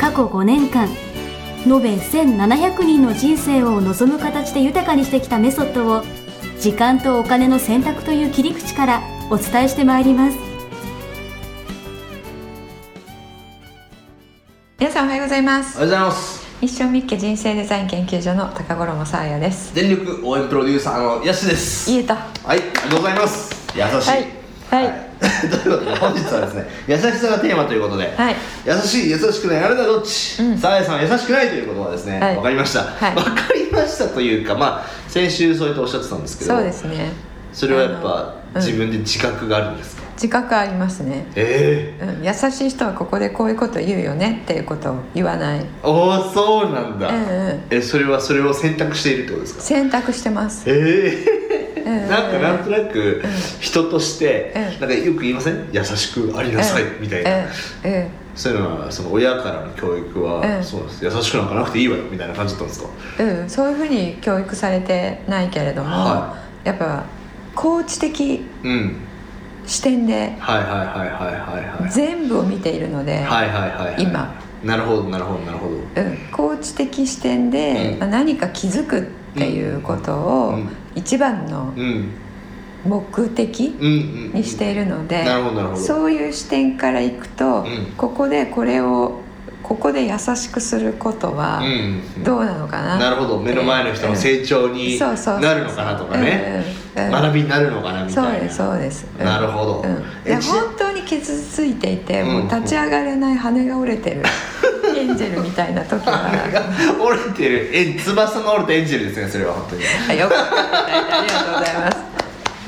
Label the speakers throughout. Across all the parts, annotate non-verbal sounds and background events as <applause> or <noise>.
Speaker 1: 過去5年間延べ1700人の人生を望む形で豊かにしてきたメソッドを時間とお金の選択という切り口からお伝えしてまいります
Speaker 2: 皆さんおはようございま
Speaker 3: お
Speaker 2: す
Speaker 3: はようございます
Speaker 2: 一生みっけ人生デザイン研究所の高頃もさあやです
Speaker 3: 電力応援プロデューサーのヤシです
Speaker 2: 言えた
Speaker 3: はいありがとうございます優しい
Speaker 2: はいはい
Speaker 3: という <laughs> ことで本日はですね優しさがテーマということで、
Speaker 2: はい
Speaker 3: 優しい優しくないあなたどっち、
Speaker 2: うん
Speaker 3: さあやさんは優しくないということはですね、
Speaker 2: は
Speaker 3: わ
Speaker 2: い
Speaker 3: かりました、
Speaker 2: はい
Speaker 3: わかりましたというかまあ先週そうやっておっしゃってたんですけど
Speaker 2: そうですね
Speaker 3: それはやっぱ
Speaker 2: あのうん
Speaker 3: 自分で自覚があるんですか、
Speaker 2: 自覚ありますね、
Speaker 3: ええ
Speaker 2: うん、優しい人はここでこういうこと言うよねっていうことを言わない
Speaker 3: おおそうなんだ、
Speaker 2: うんうん
Speaker 3: えそれはそれを選択しているってことですか
Speaker 2: 選択してます
Speaker 3: ええ
Speaker 2: うんうん
Speaker 3: なんかなんとなく人として
Speaker 2: うん
Speaker 3: なんかよく言いません優しくありなさいみたいな
Speaker 2: うんうん
Speaker 3: そういうのはその親からの教育
Speaker 2: う
Speaker 3: は
Speaker 2: ん
Speaker 3: そうなんです優しくなんかなくていいわよみたいな感じだったんですか
Speaker 2: うん、そういうふうに教育されてないけれども、
Speaker 3: は
Speaker 2: やっぱコーチ的
Speaker 3: うん
Speaker 2: 視点で
Speaker 3: はいはいはいはいはいはい
Speaker 2: 全部を見ているので、
Speaker 3: はいはいはいはい
Speaker 2: 今
Speaker 3: なるほどなるほどなるほど
Speaker 2: うん、コーチ的視点で、
Speaker 3: うん
Speaker 2: まあ、何か気づくっていうこと
Speaker 3: う
Speaker 2: を
Speaker 3: ん
Speaker 2: 一番の
Speaker 3: うん
Speaker 2: 目的
Speaker 3: うんうんうん
Speaker 2: にしているので、
Speaker 3: なるほどなるほど
Speaker 2: そういう視点からいくと、
Speaker 3: うん
Speaker 2: ここでこれをここで優しくすることは
Speaker 3: うんうん
Speaker 2: どうなのかな、
Speaker 3: なるほど目の前の人の成長に
Speaker 2: そうそうそう
Speaker 3: なるのかなとかね
Speaker 2: うんうんうん
Speaker 3: 学びになるのかなみたい
Speaker 2: そ
Speaker 3: な
Speaker 2: うですそうです、うん
Speaker 3: なるほど
Speaker 2: うん、
Speaker 3: え
Speaker 2: で
Speaker 3: ち
Speaker 2: 本当に傷ついていて、
Speaker 3: うん
Speaker 2: もう立ち上がれない羽が折れ
Speaker 3: <laughs>
Speaker 2: てるエンジェルみたいな時は
Speaker 3: 折れてるえ翼の折れたエンジェルですねそれは本当に
Speaker 2: あよかったありがとうございます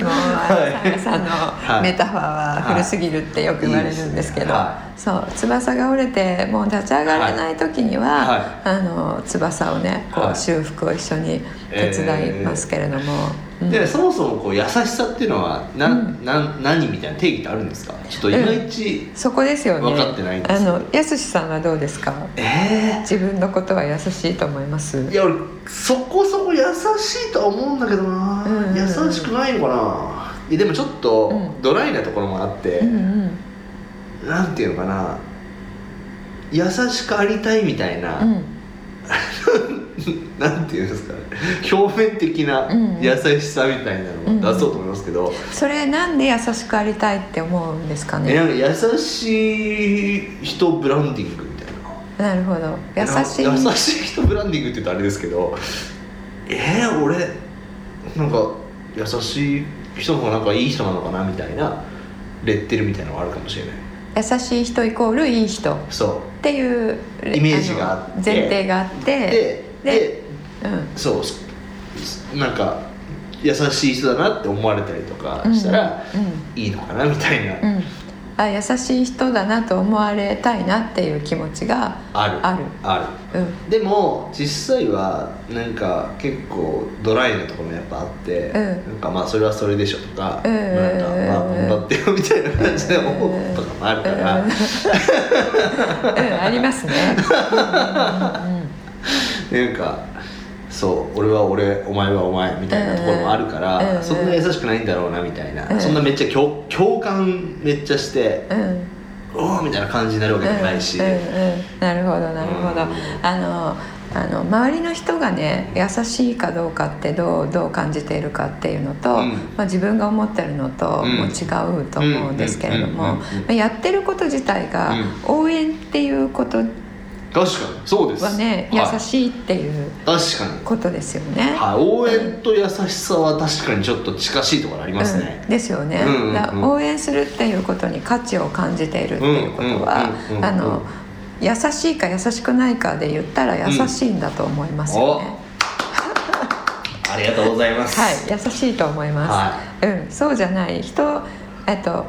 Speaker 2: もう
Speaker 3: は
Speaker 2: あ
Speaker 3: い
Speaker 2: のさん
Speaker 3: はい
Speaker 2: のメタファーは古すぎるってよく言われるんですけど、
Speaker 3: は
Speaker 2: そう翼が折れてもう立ち上がれない時には、
Speaker 3: は
Speaker 2: あの翼をねこ
Speaker 3: は
Speaker 2: う
Speaker 3: い
Speaker 2: 修復を一緒に手伝いますけれども、うん
Speaker 3: でそもそもこう優しさっていうのはな、、
Speaker 2: うん
Speaker 3: なん何みたいな定義ってあるんですかちょっといまいち、
Speaker 2: そこですよね
Speaker 3: 分かってないんです
Speaker 2: あ
Speaker 3: けど
Speaker 2: のやすしさんはどうですか
Speaker 3: え
Speaker 2: 自分のことは優しいと思います
Speaker 3: ーいや俺そこそこ優しいとは思うんだけどな、
Speaker 2: うんうんうん
Speaker 3: 優しくないのかないやでもちょっと
Speaker 2: うん
Speaker 3: ドライなところもあって、
Speaker 2: うんうん
Speaker 3: なんていうのかな優しくありたいみたいな、
Speaker 2: うん
Speaker 3: なんていうんですかね表面的な
Speaker 2: うんうん
Speaker 3: 優しさみたいなのを出そうと思いますけど、
Speaker 2: それなんで優しくありたいって思うんですか
Speaker 3: え
Speaker 2: ね
Speaker 3: なんか優しい人ブランディングみたいな
Speaker 2: なるほど優しい
Speaker 3: な優しい人ブランディングって言うとあれですけどえー、俺なんか優しい人の方がなんかいい人なのかなみたいなレッテルみたいなのがあるかもしれない
Speaker 2: 優しい人イコールいい人っ
Speaker 3: そ
Speaker 2: ていう
Speaker 3: イメージがあって
Speaker 2: の前提があっ
Speaker 3: う
Speaker 2: て
Speaker 3: でで
Speaker 2: でうん
Speaker 3: そうすなんか優しい人だなって思われたりとかしたら、
Speaker 2: うん
Speaker 3: いいのかなみたいな、
Speaker 2: うん、あ優しい人だなと思われたいなっていう気持ちが
Speaker 3: ある
Speaker 2: ある
Speaker 3: ある
Speaker 2: うん
Speaker 3: でも実際はなんか結構ドライなところもやっぱあって、
Speaker 2: うん
Speaker 3: なんかまあそれはそれでしょとか、
Speaker 2: うん
Speaker 3: なんかまあ頑張ってよみたいな感じで思うこともあるから、
Speaker 2: うん、うんありますね、
Speaker 3: <laughs>
Speaker 2: うんうんうん
Speaker 3: なんかそう俺は俺お前はお前みたいなところもあるから、
Speaker 2: うん
Speaker 3: そんな優しくないんだろうなみたいな、
Speaker 2: うん
Speaker 3: そんなめっちゃ共共感めっちゃして、
Speaker 2: うんうん
Speaker 3: おおみたいな感じになるわけじゃないし、
Speaker 2: うんうんうんなるほどなるほど、
Speaker 3: うん
Speaker 2: あのあの周りの人がね優しいかどうかってどうどう感じているかっていうのと、
Speaker 3: うん
Speaker 2: まあ、自分が思ってるのと
Speaker 3: うん
Speaker 2: もう違うと思うんですけれども、
Speaker 3: うんうんうんうんう
Speaker 2: ま
Speaker 3: ん
Speaker 2: あやってること自体が応援っていうことは
Speaker 3: 確かにそうです、
Speaker 2: ね、
Speaker 3: はい
Speaker 2: 優しいっていう
Speaker 3: 確かに
Speaker 2: ことですよね。
Speaker 3: はい、応援と優しさは確かにちょっと近しいところあります
Speaker 2: う
Speaker 3: ね
Speaker 2: ん、。ですよね、
Speaker 3: うんうんうん
Speaker 2: だから応援するっていうことに価値を感じているっていうことは、
Speaker 3: うんうんうんうん
Speaker 2: あの優しいか優しくないかで言ったら優しいんだと思いますよね、
Speaker 3: ありがとうございます。
Speaker 2: はい優しいと思います、うんそうじゃない人えっと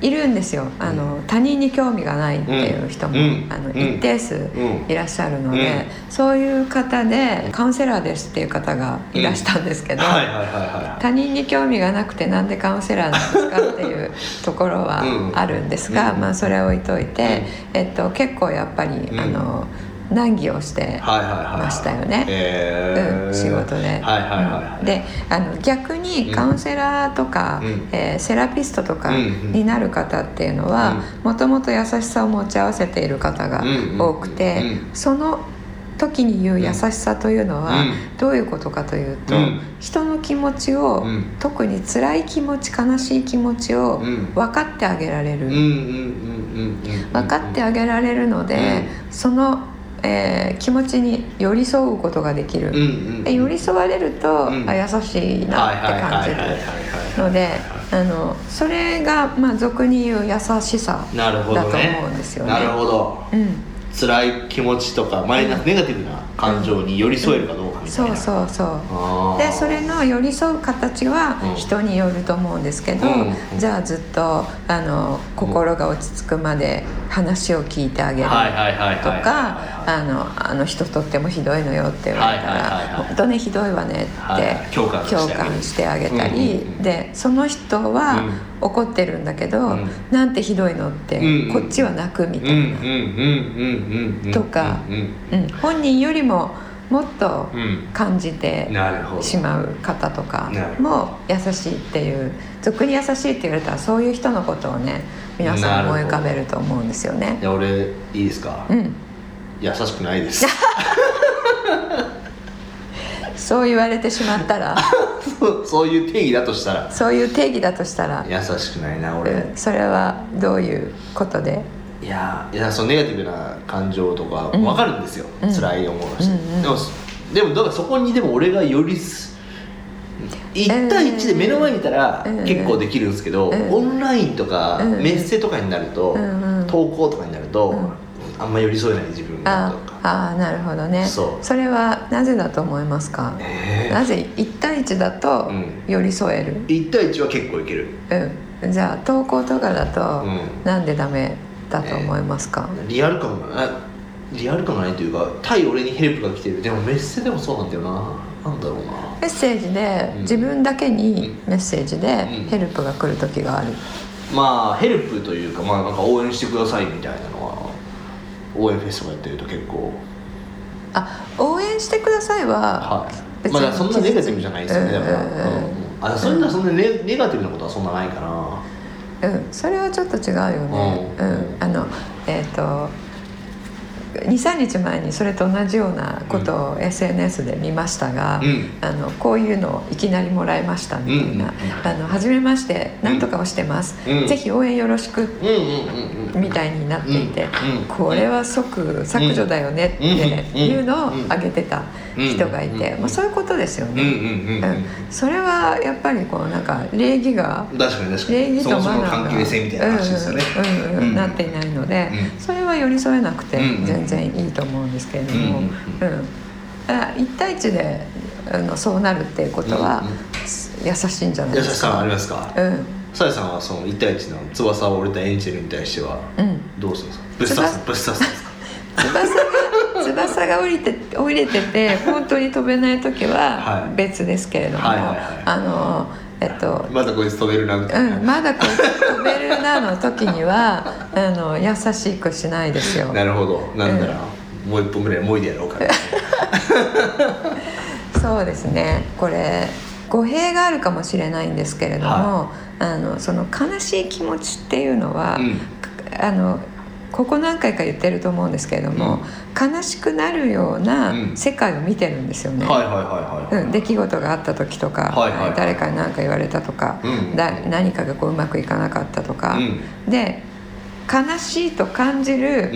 Speaker 2: いるんですよあの他人に興味がないっていう人も、
Speaker 3: うん
Speaker 2: あ
Speaker 3: う
Speaker 2: の
Speaker 3: ん
Speaker 2: 一定数いらっしゃるので、そういう方でカウンセラーですっていう方がいらしたんですけど、
Speaker 3: はいはいは
Speaker 2: 他人に興味がなくてなんでカウンセラーなんですかっていうところは
Speaker 3: うん
Speaker 2: あるんですが、
Speaker 3: うん
Speaker 2: まあ、それは置いといて、えっと、結構やっぱり、
Speaker 3: ん
Speaker 2: あの難儀をして
Speaker 3: いはいはいはいはい
Speaker 2: ましたよね
Speaker 3: えー
Speaker 2: うん仕事で
Speaker 3: はいはいはいはい
Speaker 2: であの逆にカウンセラーとか、
Speaker 3: うん
Speaker 2: えーセラピストとか
Speaker 3: うんうん
Speaker 2: になる方っていうのはもともと優しさを持ち合わせている方が多くて、
Speaker 3: うんうん
Speaker 2: その時に言う優しさというのは
Speaker 3: うん
Speaker 2: どういうことかというと、
Speaker 3: うん
Speaker 2: 人の気持ちを、
Speaker 3: うん
Speaker 2: 特に辛い気持ち悲しい気持ちを
Speaker 3: うん
Speaker 2: 分かってあげられる、
Speaker 3: うんうんうんうんうん
Speaker 2: 分かってあげられるので、その、えー気持ちに寄り添うことができる。
Speaker 3: うんうん
Speaker 2: で寄り添われると、
Speaker 3: うん
Speaker 2: あ優しいなって感じる
Speaker 3: はいはいはいはいはい
Speaker 2: のであのそれが、まあ、俗に言う優しさ
Speaker 3: なる
Speaker 2: だと
Speaker 3: ほどね
Speaker 2: 思うんですよね。
Speaker 3: なるほど
Speaker 2: うん
Speaker 3: 辛い気持ちとかマイナスネガティブな感情に寄り添えるかどうかみたいな、
Speaker 2: そうそ
Speaker 3: う
Speaker 2: うそう
Speaker 3: そう
Speaker 2: でそれの寄り添う形は
Speaker 3: うん
Speaker 2: 人によると思うんですけど、
Speaker 3: うん
Speaker 2: じゃあずっとあの心が落ち着くまで話を聞いてあげると
Speaker 3: はいはいはいはいはい
Speaker 2: かあのあの人とってもひどいのよって言われた
Speaker 3: はいはいはい
Speaker 2: ら
Speaker 3: はい
Speaker 2: 本当ねひどいわね
Speaker 3: はいはい
Speaker 2: って
Speaker 3: 共感してあげ
Speaker 2: してあげ
Speaker 3: る
Speaker 2: たり、
Speaker 3: うんうんうん
Speaker 2: でその人は怒ってるんだけど、
Speaker 3: うん
Speaker 2: なんてひどいのって、
Speaker 3: うん
Speaker 2: こっちは泣くみた
Speaker 3: う
Speaker 2: い
Speaker 3: ん
Speaker 2: な、
Speaker 3: うんうんうんうんうん
Speaker 2: とか
Speaker 3: うん
Speaker 2: うん本人よりももっと
Speaker 3: うん
Speaker 2: 感じて、
Speaker 3: なるほど
Speaker 2: しまう方とか
Speaker 3: なるほど
Speaker 2: も優しいっていう俗に優しいって言われたらそういう人のことをね皆さん思い浮かべると思うんですよね
Speaker 3: い。や俺いいですか、
Speaker 2: うん、
Speaker 3: 優しくないです
Speaker 2: そう言われてしまったら <laughs>
Speaker 3: そうそういう定義だとしたら
Speaker 2: そういう定義だとしたら、
Speaker 3: 優しくないな
Speaker 2: う
Speaker 3: 俺、
Speaker 2: ん、それはどういうことで
Speaker 3: いやいやそのネガティブな感情とか
Speaker 2: うん
Speaker 3: わかるんですよ、
Speaker 2: うん
Speaker 3: 辛い思いをして、
Speaker 2: うんうん
Speaker 3: でもそでもだからそこにでも俺がよりす1対1で目の前見たら
Speaker 2: うん
Speaker 3: 結構できるんですけど、
Speaker 2: うん
Speaker 3: オンラインとか
Speaker 2: うん
Speaker 3: メッセとかになると、
Speaker 2: うんうん
Speaker 3: 投稿とかになると、
Speaker 2: う
Speaker 3: あんま寄り添えない自分が
Speaker 2: あ
Speaker 3: とか
Speaker 2: あなるほどね
Speaker 3: そう
Speaker 2: れはなぜだと思いますか、
Speaker 3: え
Speaker 2: なぜ1対1だと
Speaker 3: うん
Speaker 2: 寄り添える、
Speaker 3: え1対1は結構いける、
Speaker 2: うん、じゃあ投稿とかだと、
Speaker 3: うん
Speaker 2: なんでダメだと思いますか、
Speaker 3: リアル感がないリアル感がないというか対俺にヘルプが来てるでもメッセでもそうなんだよななんだろうな
Speaker 2: メッセージで
Speaker 3: うん
Speaker 2: 自分だけにメッセージで
Speaker 3: うん
Speaker 2: ヘルプが来る時がある、
Speaker 3: まあヘルプというか,、まあ、なんか応援してくださいみたいなのは応援フェスとかやってると結構
Speaker 2: あ応援してくださいは、
Speaker 3: はい
Speaker 2: 別
Speaker 3: ま
Speaker 2: に
Speaker 3: あだからそんなネガティブじゃないですよねだから、
Speaker 2: う
Speaker 3: うんん
Speaker 2: うんうん
Speaker 3: あそんなそんなネネガティブなことはそんなないかな
Speaker 2: うん、それはちょっと違うよね、う
Speaker 3: うんん
Speaker 2: あのえっ、と23日前にそれと同じようなことを SNS で見ましたが、
Speaker 3: うん
Speaker 2: あのこういうのをいきなりもらいましたみたいな
Speaker 3: うん
Speaker 2: 「あの初めましてなんとかをしてます、
Speaker 3: うん
Speaker 2: ぜひ応援よろしく」
Speaker 3: うんうんうんうん
Speaker 2: みたいになっていて、
Speaker 3: うんうん
Speaker 2: これは即削除だよねっていうのを挙げてた人がいて、
Speaker 3: うん
Speaker 2: まあ、そういうことですよ
Speaker 3: うんうん
Speaker 2: ね、
Speaker 3: うん
Speaker 2: うんそれはやっぱりこうなんか礼儀が
Speaker 3: うん確かに確か
Speaker 2: 礼
Speaker 3: に
Speaker 2: 儀
Speaker 3: そ
Speaker 2: と
Speaker 3: もそ
Speaker 2: マ
Speaker 3: も
Speaker 2: ナー
Speaker 3: 関
Speaker 2: が
Speaker 3: 係性みたいな話ですよね
Speaker 2: うんうんうん
Speaker 3: うん
Speaker 2: なっていないので、
Speaker 3: うん
Speaker 2: それは寄り添えなくて
Speaker 3: うんうん
Speaker 2: 全然いいと思うんですけれども、う
Speaker 3: うんん
Speaker 2: だから一対一であのそうなるっていうことは、
Speaker 3: うんうん
Speaker 2: 優しいんじゃない
Speaker 3: 優
Speaker 2: で
Speaker 3: し
Speaker 2: す
Speaker 3: さはあ
Speaker 2: か。
Speaker 3: りますか
Speaker 2: うん
Speaker 3: さやさんはその一対一の翼を折れたエンジェルに対しては
Speaker 2: うん
Speaker 3: どうするんですかぶっ刺す
Speaker 2: 翼
Speaker 3: ぶっ刺すんですか
Speaker 2: 翼が翼が降りて降りてて本当に飛べない時は
Speaker 3: はい
Speaker 2: 別ですけれども、
Speaker 3: はいはいはい
Speaker 2: あのえっと
Speaker 3: まだこいつ飛べるなみたいな、
Speaker 2: うん、まだこう飛べるなの時にはあの優しくしないですよ
Speaker 3: なるほどなんなら、もう一本ぐらいもいでやろうかな
Speaker 2: そうですねこれ語弊があるかもしれないんですけれども、
Speaker 3: は
Speaker 2: あのその悲しい気持ちっていうのは、
Speaker 3: うん
Speaker 2: あのここ何回か言ってると思うんですけれども、悲しくなるような
Speaker 3: うん
Speaker 2: 世界を見てるんですよね。
Speaker 3: はいはいはいはい、
Speaker 2: うん、出来事があった時とか、
Speaker 3: はいはい
Speaker 2: 誰かに何か言われたとか、
Speaker 3: うん
Speaker 2: だ何かがこううまくいかなかったとか、
Speaker 3: う
Speaker 2: で悲しいと感じる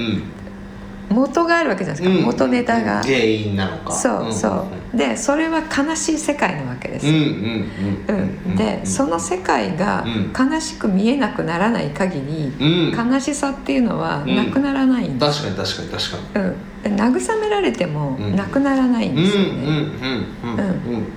Speaker 2: 元があるわけじゃないですか、
Speaker 3: うん
Speaker 2: 元ネタが、
Speaker 3: 原因なのか
Speaker 2: そうそう、でそれは悲しい世界なわけです、
Speaker 3: うんうん
Speaker 2: う
Speaker 3: うんん
Speaker 2: でその世界が悲しく見えなくならない限り、
Speaker 3: うん確か
Speaker 2: 悲しさっていうのはなくならないんです、
Speaker 3: に確かに確か
Speaker 2: うんで慰められても
Speaker 3: うん
Speaker 2: なくならないん
Speaker 3: に
Speaker 2: ですよね、
Speaker 3: うんうんうんうん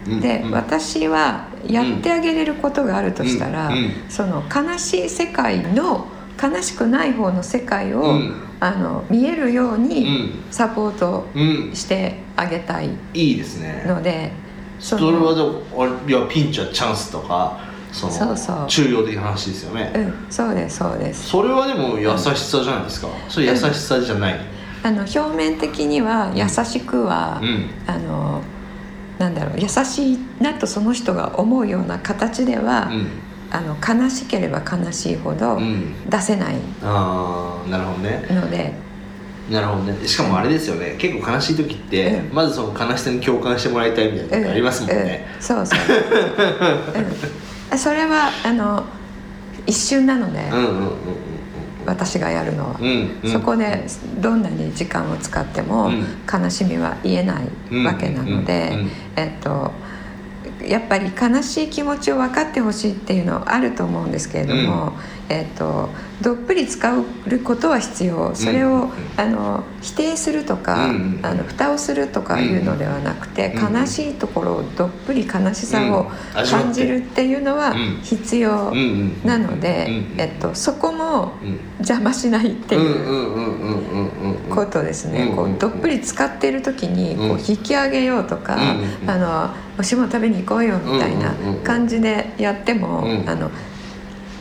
Speaker 3: うんうん
Speaker 2: で
Speaker 3: うん
Speaker 2: 私はやってあげれることがあるとしたら、
Speaker 3: うんうん
Speaker 2: その悲しい世界の悲しくない方の世界を、
Speaker 3: うん
Speaker 2: あの見えるよう
Speaker 3: う
Speaker 2: に
Speaker 3: ん
Speaker 2: サポート
Speaker 3: うん
Speaker 2: してあげたい
Speaker 3: いいですね
Speaker 2: ので、
Speaker 3: そ
Speaker 2: そ
Speaker 3: れ
Speaker 2: の
Speaker 3: はでもあれいやピンチはチャンスとかその
Speaker 2: そうそう
Speaker 3: 中庸的な話ですよね、
Speaker 2: うん、そうですそうです
Speaker 3: それはでも優しさじゃないですか、それ優しさじゃない、
Speaker 2: あの表面的には優しくは、
Speaker 3: うん
Speaker 2: あのなんだろう優しいなとその人が思うような形では、あの悲しければ悲しいほど
Speaker 3: うんうん
Speaker 2: 出せない
Speaker 3: ああなるほどね
Speaker 2: ので、
Speaker 3: なるほどねしかもあれですよね結構悲しい時って、
Speaker 2: う
Speaker 3: まずその悲しさに共感してもらいたいみたいなことありますもんね、
Speaker 2: うんそうそう、うん、それはあの一瞬なので、
Speaker 3: うん、うんうんうん
Speaker 2: 私がやるのは、
Speaker 3: うんうん
Speaker 2: そこでどんなに時間を使っても
Speaker 3: うん
Speaker 2: 悲しみは言えないわけなので、
Speaker 3: うんうんうん
Speaker 2: えっとやっぱり悲しい気持ちを分かってほしいっていうのはあると思うんですけれども、えっとどっぷり使うことは必要それを、
Speaker 3: うんうん
Speaker 2: あの否定するとか、
Speaker 3: うんうん
Speaker 2: あの蓋をするとかいうのではなくて、
Speaker 3: うん
Speaker 2: 悲しいところをどっぷり悲しさを
Speaker 3: うん味わって
Speaker 2: 感じるっていうのは
Speaker 3: うん
Speaker 2: 必要
Speaker 3: うんうん
Speaker 2: なので、
Speaker 3: うんうん
Speaker 2: えっと、そこも
Speaker 3: うん
Speaker 2: 邪魔しないって
Speaker 3: うん
Speaker 2: いう
Speaker 3: うんうんうんうんうんうん
Speaker 2: ことですね、
Speaker 3: うん
Speaker 2: こうどっぷり使っている時にこ
Speaker 3: うん
Speaker 2: う引き上げようとか、
Speaker 3: うん
Speaker 2: あのおしも食べに行こうよみたいな
Speaker 3: うんうんうんうん
Speaker 2: 感じでやっても、
Speaker 3: うん
Speaker 2: あの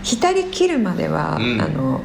Speaker 2: 浸り切るまでは、
Speaker 3: うん
Speaker 2: あの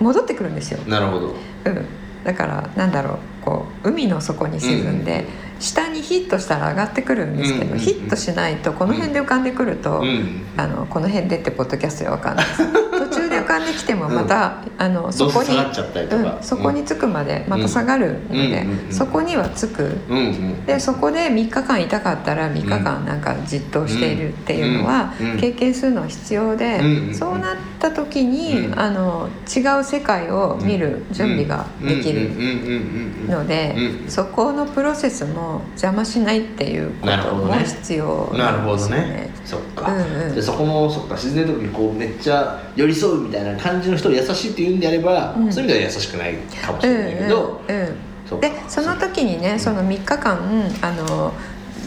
Speaker 2: 戻ってくるんですよ。
Speaker 3: なるほど
Speaker 2: うん、だからなんだろうこう海の底に沈んで、下にヒットしたら上がってくるんですけど、
Speaker 3: うんうんうん
Speaker 2: ヒットしないとこの辺で浮かんでくると、
Speaker 3: うん
Speaker 2: あのこの辺でってポッドキャストでわかんないです途中で浮かんできてもまた、あの
Speaker 3: ど
Speaker 2: そう
Speaker 3: せ
Speaker 2: こに
Speaker 3: 下がっちゃったりとか、
Speaker 2: うん、そこにつくまでまた下がるので、
Speaker 3: うんうんうんうん
Speaker 2: そこにはつく
Speaker 3: うんうん
Speaker 2: でそこで3日間痛かったら3日間なんかじっとしているっていうのは
Speaker 3: うんうん
Speaker 2: 経験するのは必要で、
Speaker 3: うんうん
Speaker 2: そうなった時に、
Speaker 3: うん
Speaker 2: あの違う世界を見る準備ができ
Speaker 3: うん
Speaker 2: る
Speaker 3: うんうんうんうん
Speaker 2: ので、
Speaker 3: うん
Speaker 2: そこのプロセスも邪魔しないっていうこ
Speaker 3: なる
Speaker 2: と
Speaker 3: ほど
Speaker 2: も
Speaker 3: ね
Speaker 2: 必要
Speaker 3: なる
Speaker 2: ん
Speaker 3: ほ
Speaker 2: で
Speaker 3: ど
Speaker 2: すよ
Speaker 3: ね。そっか、
Speaker 2: うんうん
Speaker 3: でそこのそっか自然の時にこうめっちゃ寄り添うみたいな感じの人を優しいって言うんであれば、
Speaker 2: うん
Speaker 3: そういう意味では優しくないかもし
Speaker 2: うん
Speaker 3: れ
Speaker 2: う
Speaker 3: ないけど、
Speaker 2: んうん
Speaker 3: そっか
Speaker 2: でその時にねその3日間あの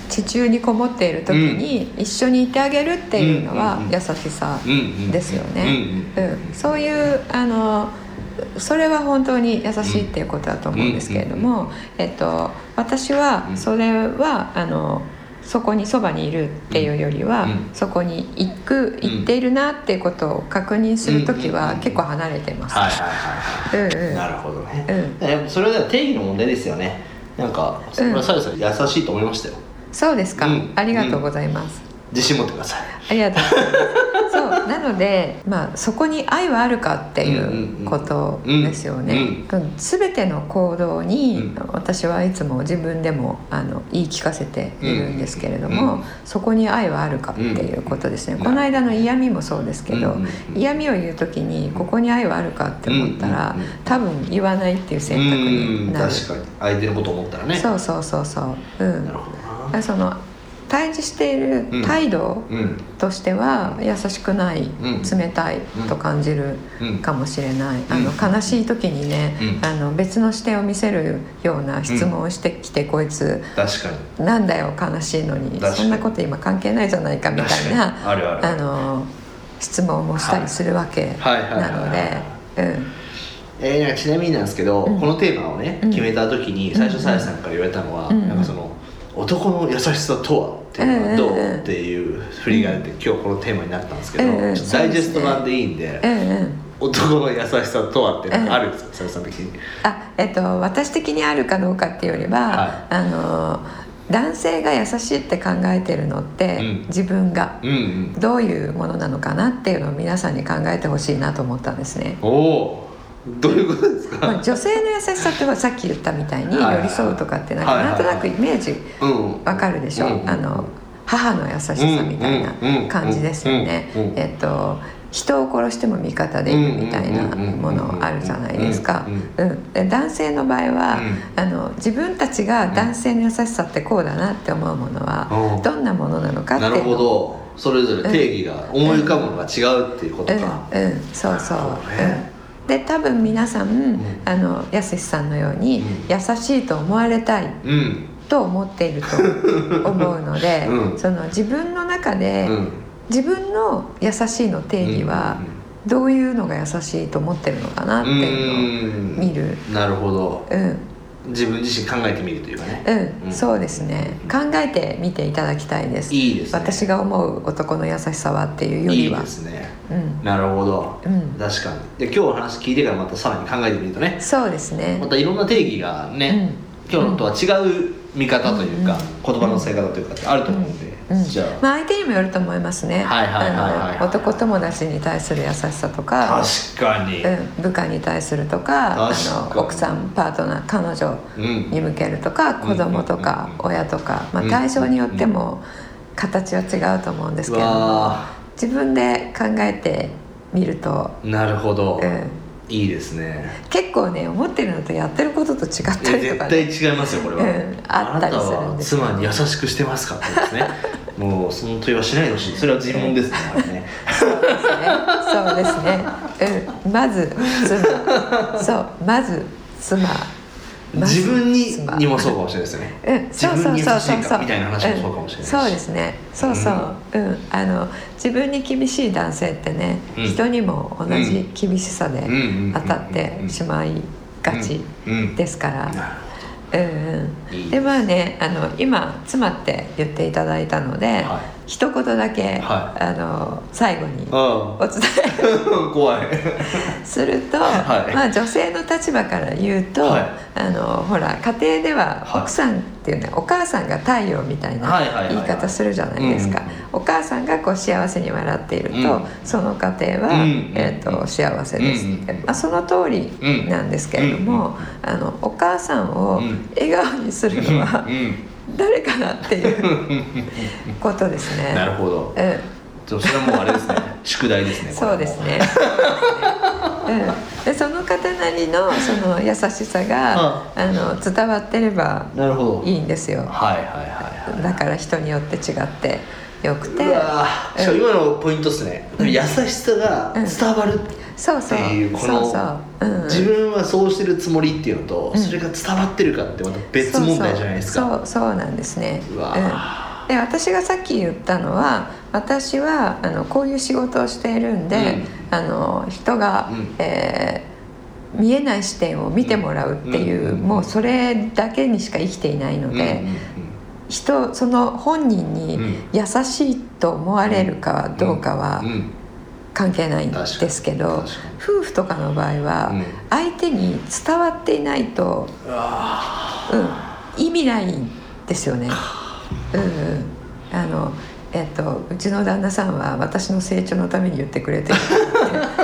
Speaker 2: 地中にこもっている時に一緒にいてあげるっていうの
Speaker 3: うん
Speaker 2: は
Speaker 3: うんうん
Speaker 2: 優しさ
Speaker 3: うんうん
Speaker 2: ですよね。
Speaker 3: う
Speaker 2: うんんそういうあのそれは本当に優しいっていうことだと思うんですけれども、えっと、私は
Speaker 3: うん
Speaker 2: それはあのそこにそばにいるっていうよりは、
Speaker 3: うん
Speaker 2: そこに行く行っているなっていうことを確認する時
Speaker 3: う
Speaker 2: は
Speaker 3: ん
Speaker 2: 結構離れてます。
Speaker 3: はいは
Speaker 2: う
Speaker 3: いは
Speaker 2: ん
Speaker 3: い、
Speaker 2: うん
Speaker 3: なるほどね、
Speaker 2: うん
Speaker 3: だからやっぱそれは定義の問題ですよねなんかそれはさやさん優しいと思いましたよ
Speaker 2: そうですか、
Speaker 3: うん
Speaker 2: ありがとうございます。
Speaker 3: 自信持ってください
Speaker 2: ありがとうございます。そう <laughs> なので、まあそこに愛はあるかっていうことですよね。すべ、全ての行動に、
Speaker 3: うん
Speaker 2: 私はいつも自分でもあの言い聞かせているんですけれども、
Speaker 3: うん
Speaker 2: そこに愛はあるかっていうことですね。
Speaker 3: うん
Speaker 2: この間の嫌味もそうですけど、
Speaker 3: うん
Speaker 2: 嫌味を言うときにここに愛はあるかって思ったら、
Speaker 3: うんうん
Speaker 2: 多分言わないっていう選択
Speaker 3: うん
Speaker 2: になる。
Speaker 3: 確かに相手のこと思ったらね
Speaker 2: そうそうそうそう。う
Speaker 3: なる
Speaker 2: ん。
Speaker 3: ほど
Speaker 2: だか
Speaker 3: な
Speaker 2: らその対峙している態度、
Speaker 3: うん
Speaker 2: としては優しくない、
Speaker 3: うん
Speaker 2: 冷たいと感じる
Speaker 3: うん
Speaker 2: かもしれない、
Speaker 3: うん
Speaker 2: あの悲しい時にね、
Speaker 3: うん
Speaker 2: あの別の視点を見せるような質問をしてきて、こいつ
Speaker 3: 確かに
Speaker 2: なんだよ悲しいのに
Speaker 3: 確かに
Speaker 2: そんなこと今関係ないじゃないかみたい
Speaker 3: 確かにある
Speaker 2: な
Speaker 3: ある
Speaker 2: あの質問をしたりするわけ
Speaker 3: はいはいはいはい
Speaker 2: なので。うん
Speaker 3: えーなんかちなみになんですけど、
Speaker 2: うん
Speaker 3: このテーマをね
Speaker 2: うん
Speaker 3: 決めた時に最初さやさんから言われたのは、
Speaker 2: うん
Speaker 3: なんかその男の優しさとはっていうのはどう、
Speaker 2: うんうんうん
Speaker 3: っていう振りがあって今日このテーマになったんですけど、
Speaker 2: うんうん
Speaker 3: ちょっとダイジェスト版でいいんで
Speaker 2: うんうん
Speaker 3: 男の優しさとはってなんかあるんですかさやさん的に。
Speaker 2: あえっと、私的にあるかどうかっていうよりは、
Speaker 3: は
Speaker 2: あの男性が優しいって考えてるのって、
Speaker 3: うん
Speaker 2: 自分が
Speaker 3: うんうん、
Speaker 2: どういうものなのかなっていうのを皆さんに考えてほしいなと思ったんですね。
Speaker 3: おおどういうことですか、
Speaker 2: まあ女性の優しさってはさっき言ったみたいに
Speaker 3: はいはい
Speaker 2: 寄り添うとかってなんか
Speaker 3: はいはい
Speaker 2: なんとなくイメージ
Speaker 3: うん
Speaker 2: わかるでしょ、
Speaker 3: うん
Speaker 2: あの母の優しさみたいな感じですよね
Speaker 3: うんうんうんうん。
Speaker 2: えっと人を殺しても味方でいるみたいなものあるじゃないですか。うん、で男性の場合は、あの自分たちが男性の優しさってこうだなって思うもの
Speaker 3: う
Speaker 2: は
Speaker 3: ん
Speaker 2: どんなものなのかって
Speaker 3: なる
Speaker 2: いうの
Speaker 3: ほ
Speaker 2: を
Speaker 3: どそれぞれ定義が思い浮かぶのが違うっていうことか、
Speaker 2: うんうん、そうそう、
Speaker 3: なるほどね
Speaker 2: うん、で多分皆さん、あのやすしさんのように、
Speaker 3: うん
Speaker 2: 優しいと思われたい
Speaker 3: うん <laughs>
Speaker 2: と思っていると思うので、
Speaker 3: うん
Speaker 2: その自分の中で、
Speaker 3: うん
Speaker 2: 自分の優しいの定義はどういうのが優しいと思ってるのかなっていうのを
Speaker 3: うん
Speaker 2: 見る
Speaker 3: なるほど
Speaker 2: うん
Speaker 3: 自分自身考えてみるというかね
Speaker 2: うん、
Speaker 3: うん
Speaker 2: そうですね考えてみていただきたいです
Speaker 3: いいですね
Speaker 2: 私が思う男の優しさはっていうよ
Speaker 3: い
Speaker 2: り
Speaker 3: い
Speaker 2: は
Speaker 3: ですね
Speaker 2: うん、
Speaker 3: なるほど、
Speaker 2: うん
Speaker 3: 確かにで今日の話聞いてからまたさらに考えてみるとね
Speaker 2: そうですね
Speaker 3: またいろんな定義がね、今日のとは違う見方というか、言葉の使い方というかってあると思うんで、
Speaker 2: うん
Speaker 3: じゃ
Speaker 2: まあ、相手にもよると思いますね
Speaker 3: はいはいはいはいはい
Speaker 2: あの男友達に対する優しさと
Speaker 3: あ
Speaker 2: か、
Speaker 3: 確かに、
Speaker 2: うん、部下に対するとかあ
Speaker 3: 確かに
Speaker 2: の奥さんパートナー彼女
Speaker 3: うん
Speaker 2: に向けるとか
Speaker 3: うん
Speaker 2: 子供とか
Speaker 3: うん
Speaker 2: 親とか、まあ、
Speaker 3: うん
Speaker 2: 対象によっても形は違うと思うんです
Speaker 3: う
Speaker 2: けれども
Speaker 3: わ
Speaker 2: 自分で考えてみると、
Speaker 3: ーなるほど、
Speaker 2: うん、
Speaker 3: いいです
Speaker 2: <laughs>
Speaker 3: ね
Speaker 2: 結構ね思ってるのとやってることと違っ
Speaker 3: いや
Speaker 2: たりと
Speaker 3: 絶
Speaker 2: か
Speaker 3: 対
Speaker 2: ね
Speaker 3: 違いますよこれは、
Speaker 2: うんあったりするんです
Speaker 3: あなたは妻に優しくしてますかってことです
Speaker 2: <laughs>
Speaker 3: ねもうその問いはしないでほしいそれは尋問ですねあれね
Speaker 2: そうですねうんまず妻そうまず妻まず
Speaker 3: 自分に
Speaker 2: 妻
Speaker 3: にもそうかもしれないですよね
Speaker 2: うん、そうそうそうそう
Speaker 3: 自分に優しい
Speaker 2: そ
Speaker 3: か
Speaker 2: う
Speaker 3: みたいな話もそうかもしれないし
Speaker 2: うんそうですねそうそう、うんあの自分に厳しい男性ってね、
Speaker 3: うん
Speaker 2: 人にも同じ厳しさで
Speaker 3: んうんうんうん
Speaker 2: 当たってしまいがち
Speaker 3: うんうん
Speaker 2: ですから、う
Speaker 3: なる
Speaker 2: ん
Speaker 3: いいです
Speaker 2: でまあねあの今「妻」って言っていただいたので、
Speaker 3: は
Speaker 2: 一言だけ、
Speaker 3: は
Speaker 2: あの最後に <laughs>
Speaker 3: ほどあ
Speaker 2: お伝え
Speaker 3: あ怖い
Speaker 2: すると、
Speaker 3: はい
Speaker 2: まあ、女性の立場から言うと、
Speaker 3: はい
Speaker 2: あのほら家庭では
Speaker 3: はい
Speaker 2: 奥さんっていうね、お母さんが太陽みたい
Speaker 3: はいはいはい
Speaker 2: な
Speaker 3: はい
Speaker 2: 言い方するじゃないですか、
Speaker 3: うん
Speaker 2: お母さんがこう幸せに笑っていると、
Speaker 3: うん
Speaker 2: その家庭は、
Speaker 3: うん
Speaker 2: えー、と幸せです、
Speaker 3: うん
Speaker 2: まあ、その通りなんですけれども、
Speaker 3: う
Speaker 2: あのお母さんを
Speaker 3: うん
Speaker 2: 笑顔にするのは
Speaker 3: <laughs> う
Speaker 2: 誰かなっていうことですね。
Speaker 3: ん、 <laughs> なるほど
Speaker 2: うん
Speaker 3: それはもうあれ
Speaker 2: <laughs>
Speaker 3: ですね宿題ですねこれ
Speaker 2: そう
Speaker 3: はも
Speaker 2: です
Speaker 3: <laughs>
Speaker 2: ね。うん、でその方なりのその優しさが、あの伝わってれば
Speaker 3: なるほど
Speaker 2: いいんですよ。
Speaker 3: はいはいはいはい
Speaker 2: だから人によって違ってよくて、
Speaker 3: うわーしかも今のポイントですね、優しさが伝わるっ
Speaker 2: そうそう
Speaker 3: ていうこの、
Speaker 2: そうそう、うん、
Speaker 3: 自分はそうしてるつもりっていうのと、
Speaker 2: うん
Speaker 3: それが伝わってるかってまた別問題じゃないです
Speaker 2: そう
Speaker 3: か
Speaker 2: そうそうそうなんですね。
Speaker 3: うわー
Speaker 2: んで私がさっき言ったのは私はあのこういう仕事をしているんで、あの人が、
Speaker 3: うん
Speaker 2: えー見えない視点を見てもらうっていう、
Speaker 3: うん
Speaker 2: もうそれだけにしか生きていないので、人その本人に
Speaker 3: うん
Speaker 2: 優しいと思われるかどうかは
Speaker 3: うんうん
Speaker 2: 関係ないんですけど、
Speaker 3: 確かに
Speaker 2: 夫婦とかの場合は、
Speaker 3: うん
Speaker 2: 相手に伝わっていないと
Speaker 3: うわ
Speaker 2: うん、意味ないんですよね。うん、あのえっと、うちの旦那さんは私の成長のために言ってくれてる
Speaker 3: <laughs>
Speaker 2: って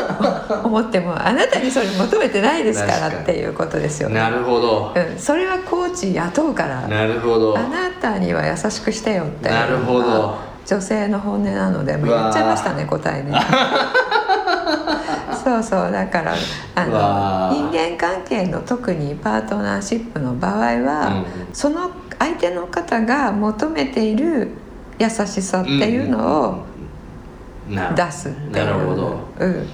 Speaker 2: 思思ってもあなたにそれ求めてないですから
Speaker 3: 確かに
Speaker 2: っていうことです
Speaker 3: ー
Speaker 2: よね
Speaker 3: なるほど、
Speaker 2: うん、それはコーチ雇うから
Speaker 3: なるほど
Speaker 2: あなたには優しくしてよっていうのが
Speaker 3: なるほど
Speaker 2: 女性の本音なのでもう言っちゃいましたね答
Speaker 3: <laughs>
Speaker 2: えねそうそうだから
Speaker 3: うわ
Speaker 2: あ
Speaker 3: ー
Speaker 2: の人間関係の特にパートナーシップの場合は、
Speaker 3: う
Speaker 2: その相手の方が求めている優しさっていうのを
Speaker 3: なる
Speaker 2: 出すっていう
Speaker 3: なるほど
Speaker 2: うん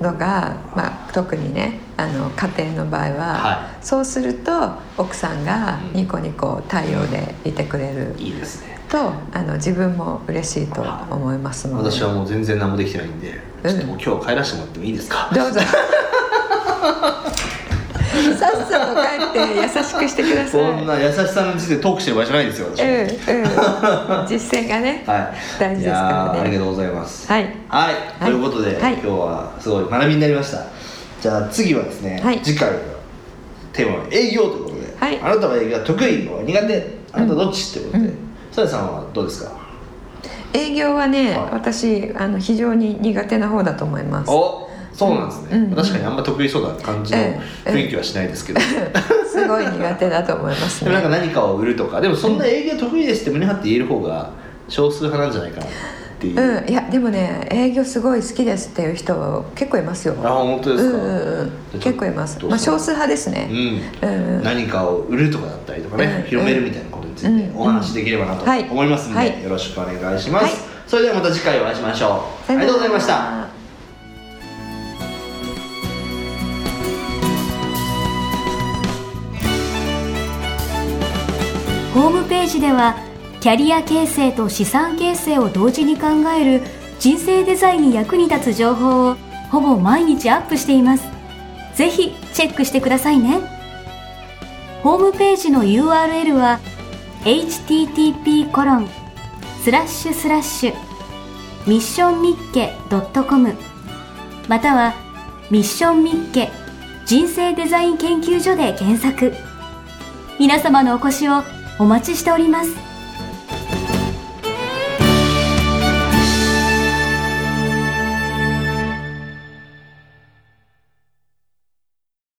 Speaker 2: のが、まあ、特にねあの家庭の場合は、
Speaker 3: は
Speaker 2: そうすると奥さんがニコニコ対応でいてくれる
Speaker 3: いいですね
Speaker 2: とあの自分も嬉しいと思いますので
Speaker 3: 私はもう全然何もできてないんで、
Speaker 2: うん
Speaker 3: ちょっともう今日帰らせてもらってもいいです
Speaker 2: <laughs>
Speaker 3: か
Speaker 2: どうぞさっさと帰って優しくしてください
Speaker 3: そんな優しさの時点でトークしてる場合じゃないですよ私、
Speaker 2: うんう
Speaker 3: は
Speaker 2: ん
Speaker 3: い
Speaker 2: 実践がね大事ですからね
Speaker 3: いやーありがとうございます
Speaker 2: はい
Speaker 3: はい、ということで、
Speaker 2: はい
Speaker 3: 今日はすごい学びになりましたじゃあ次はですね、
Speaker 2: はい
Speaker 3: 次回のテーマは営業ということで、
Speaker 2: はい
Speaker 3: あなたは営業は得意は苦手あなたはどっち、ということで
Speaker 2: うん
Speaker 3: さやさんはどうですか
Speaker 2: 営業はね、
Speaker 3: はい
Speaker 2: 私あの非常に苦手な方だと思います
Speaker 3: おそうなんですね、
Speaker 2: うんうん
Speaker 3: 確かにあんま得意そうな感じの
Speaker 2: ええ
Speaker 3: 雰囲気はしないですけ
Speaker 2: <laughs>
Speaker 3: ど、
Speaker 2: すごい苦手だと思います
Speaker 3: <laughs> でもなんか
Speaker 2: ね
Speaker 3: 何かを売るとかでもそんな営業得意ですって胸張って言える方が少数派なんじゃないかなっていう、あ
Speaker 2: うんいやでもね営業すごい好きですっていう人は結構いますよ
Speaker 3: 本当ですか、
Speaker 2: うんうんうん結構います
Speaker 3: どう
Speaker 2: まあ
Speaker 3: する
Speaker 2: 少数派ですね、
Speaker 3: うん
Speaker 2: うんうん
Speaker 3: 何かを売るとかだったりとかね、
Speaker 2: うん
Speaker 3: 広めるみたいなことについて
Speaker 2: うん
Speaker 3: お話しできればなと
Speaker 2: はい
Speaker 3: 思いますので、
Speaker 2: はい
Speaker 3: よろしくお願いします、
Speaker 2: はい
Speaker 3: それではまた次回お会いしましょうありがとうございました
Speaker 1: ホームページではキャリア形成と資産形成を同時に考える人生デザインに役に立つ情報をほぼ毎日アップしていますぜひチェックしてくださいねホームページの URL は http コロンスラッシュスラッシュミッションミッケ .com またはミッションミッケ人生デザイン研究所で検索皆様のお越しをお待ちしております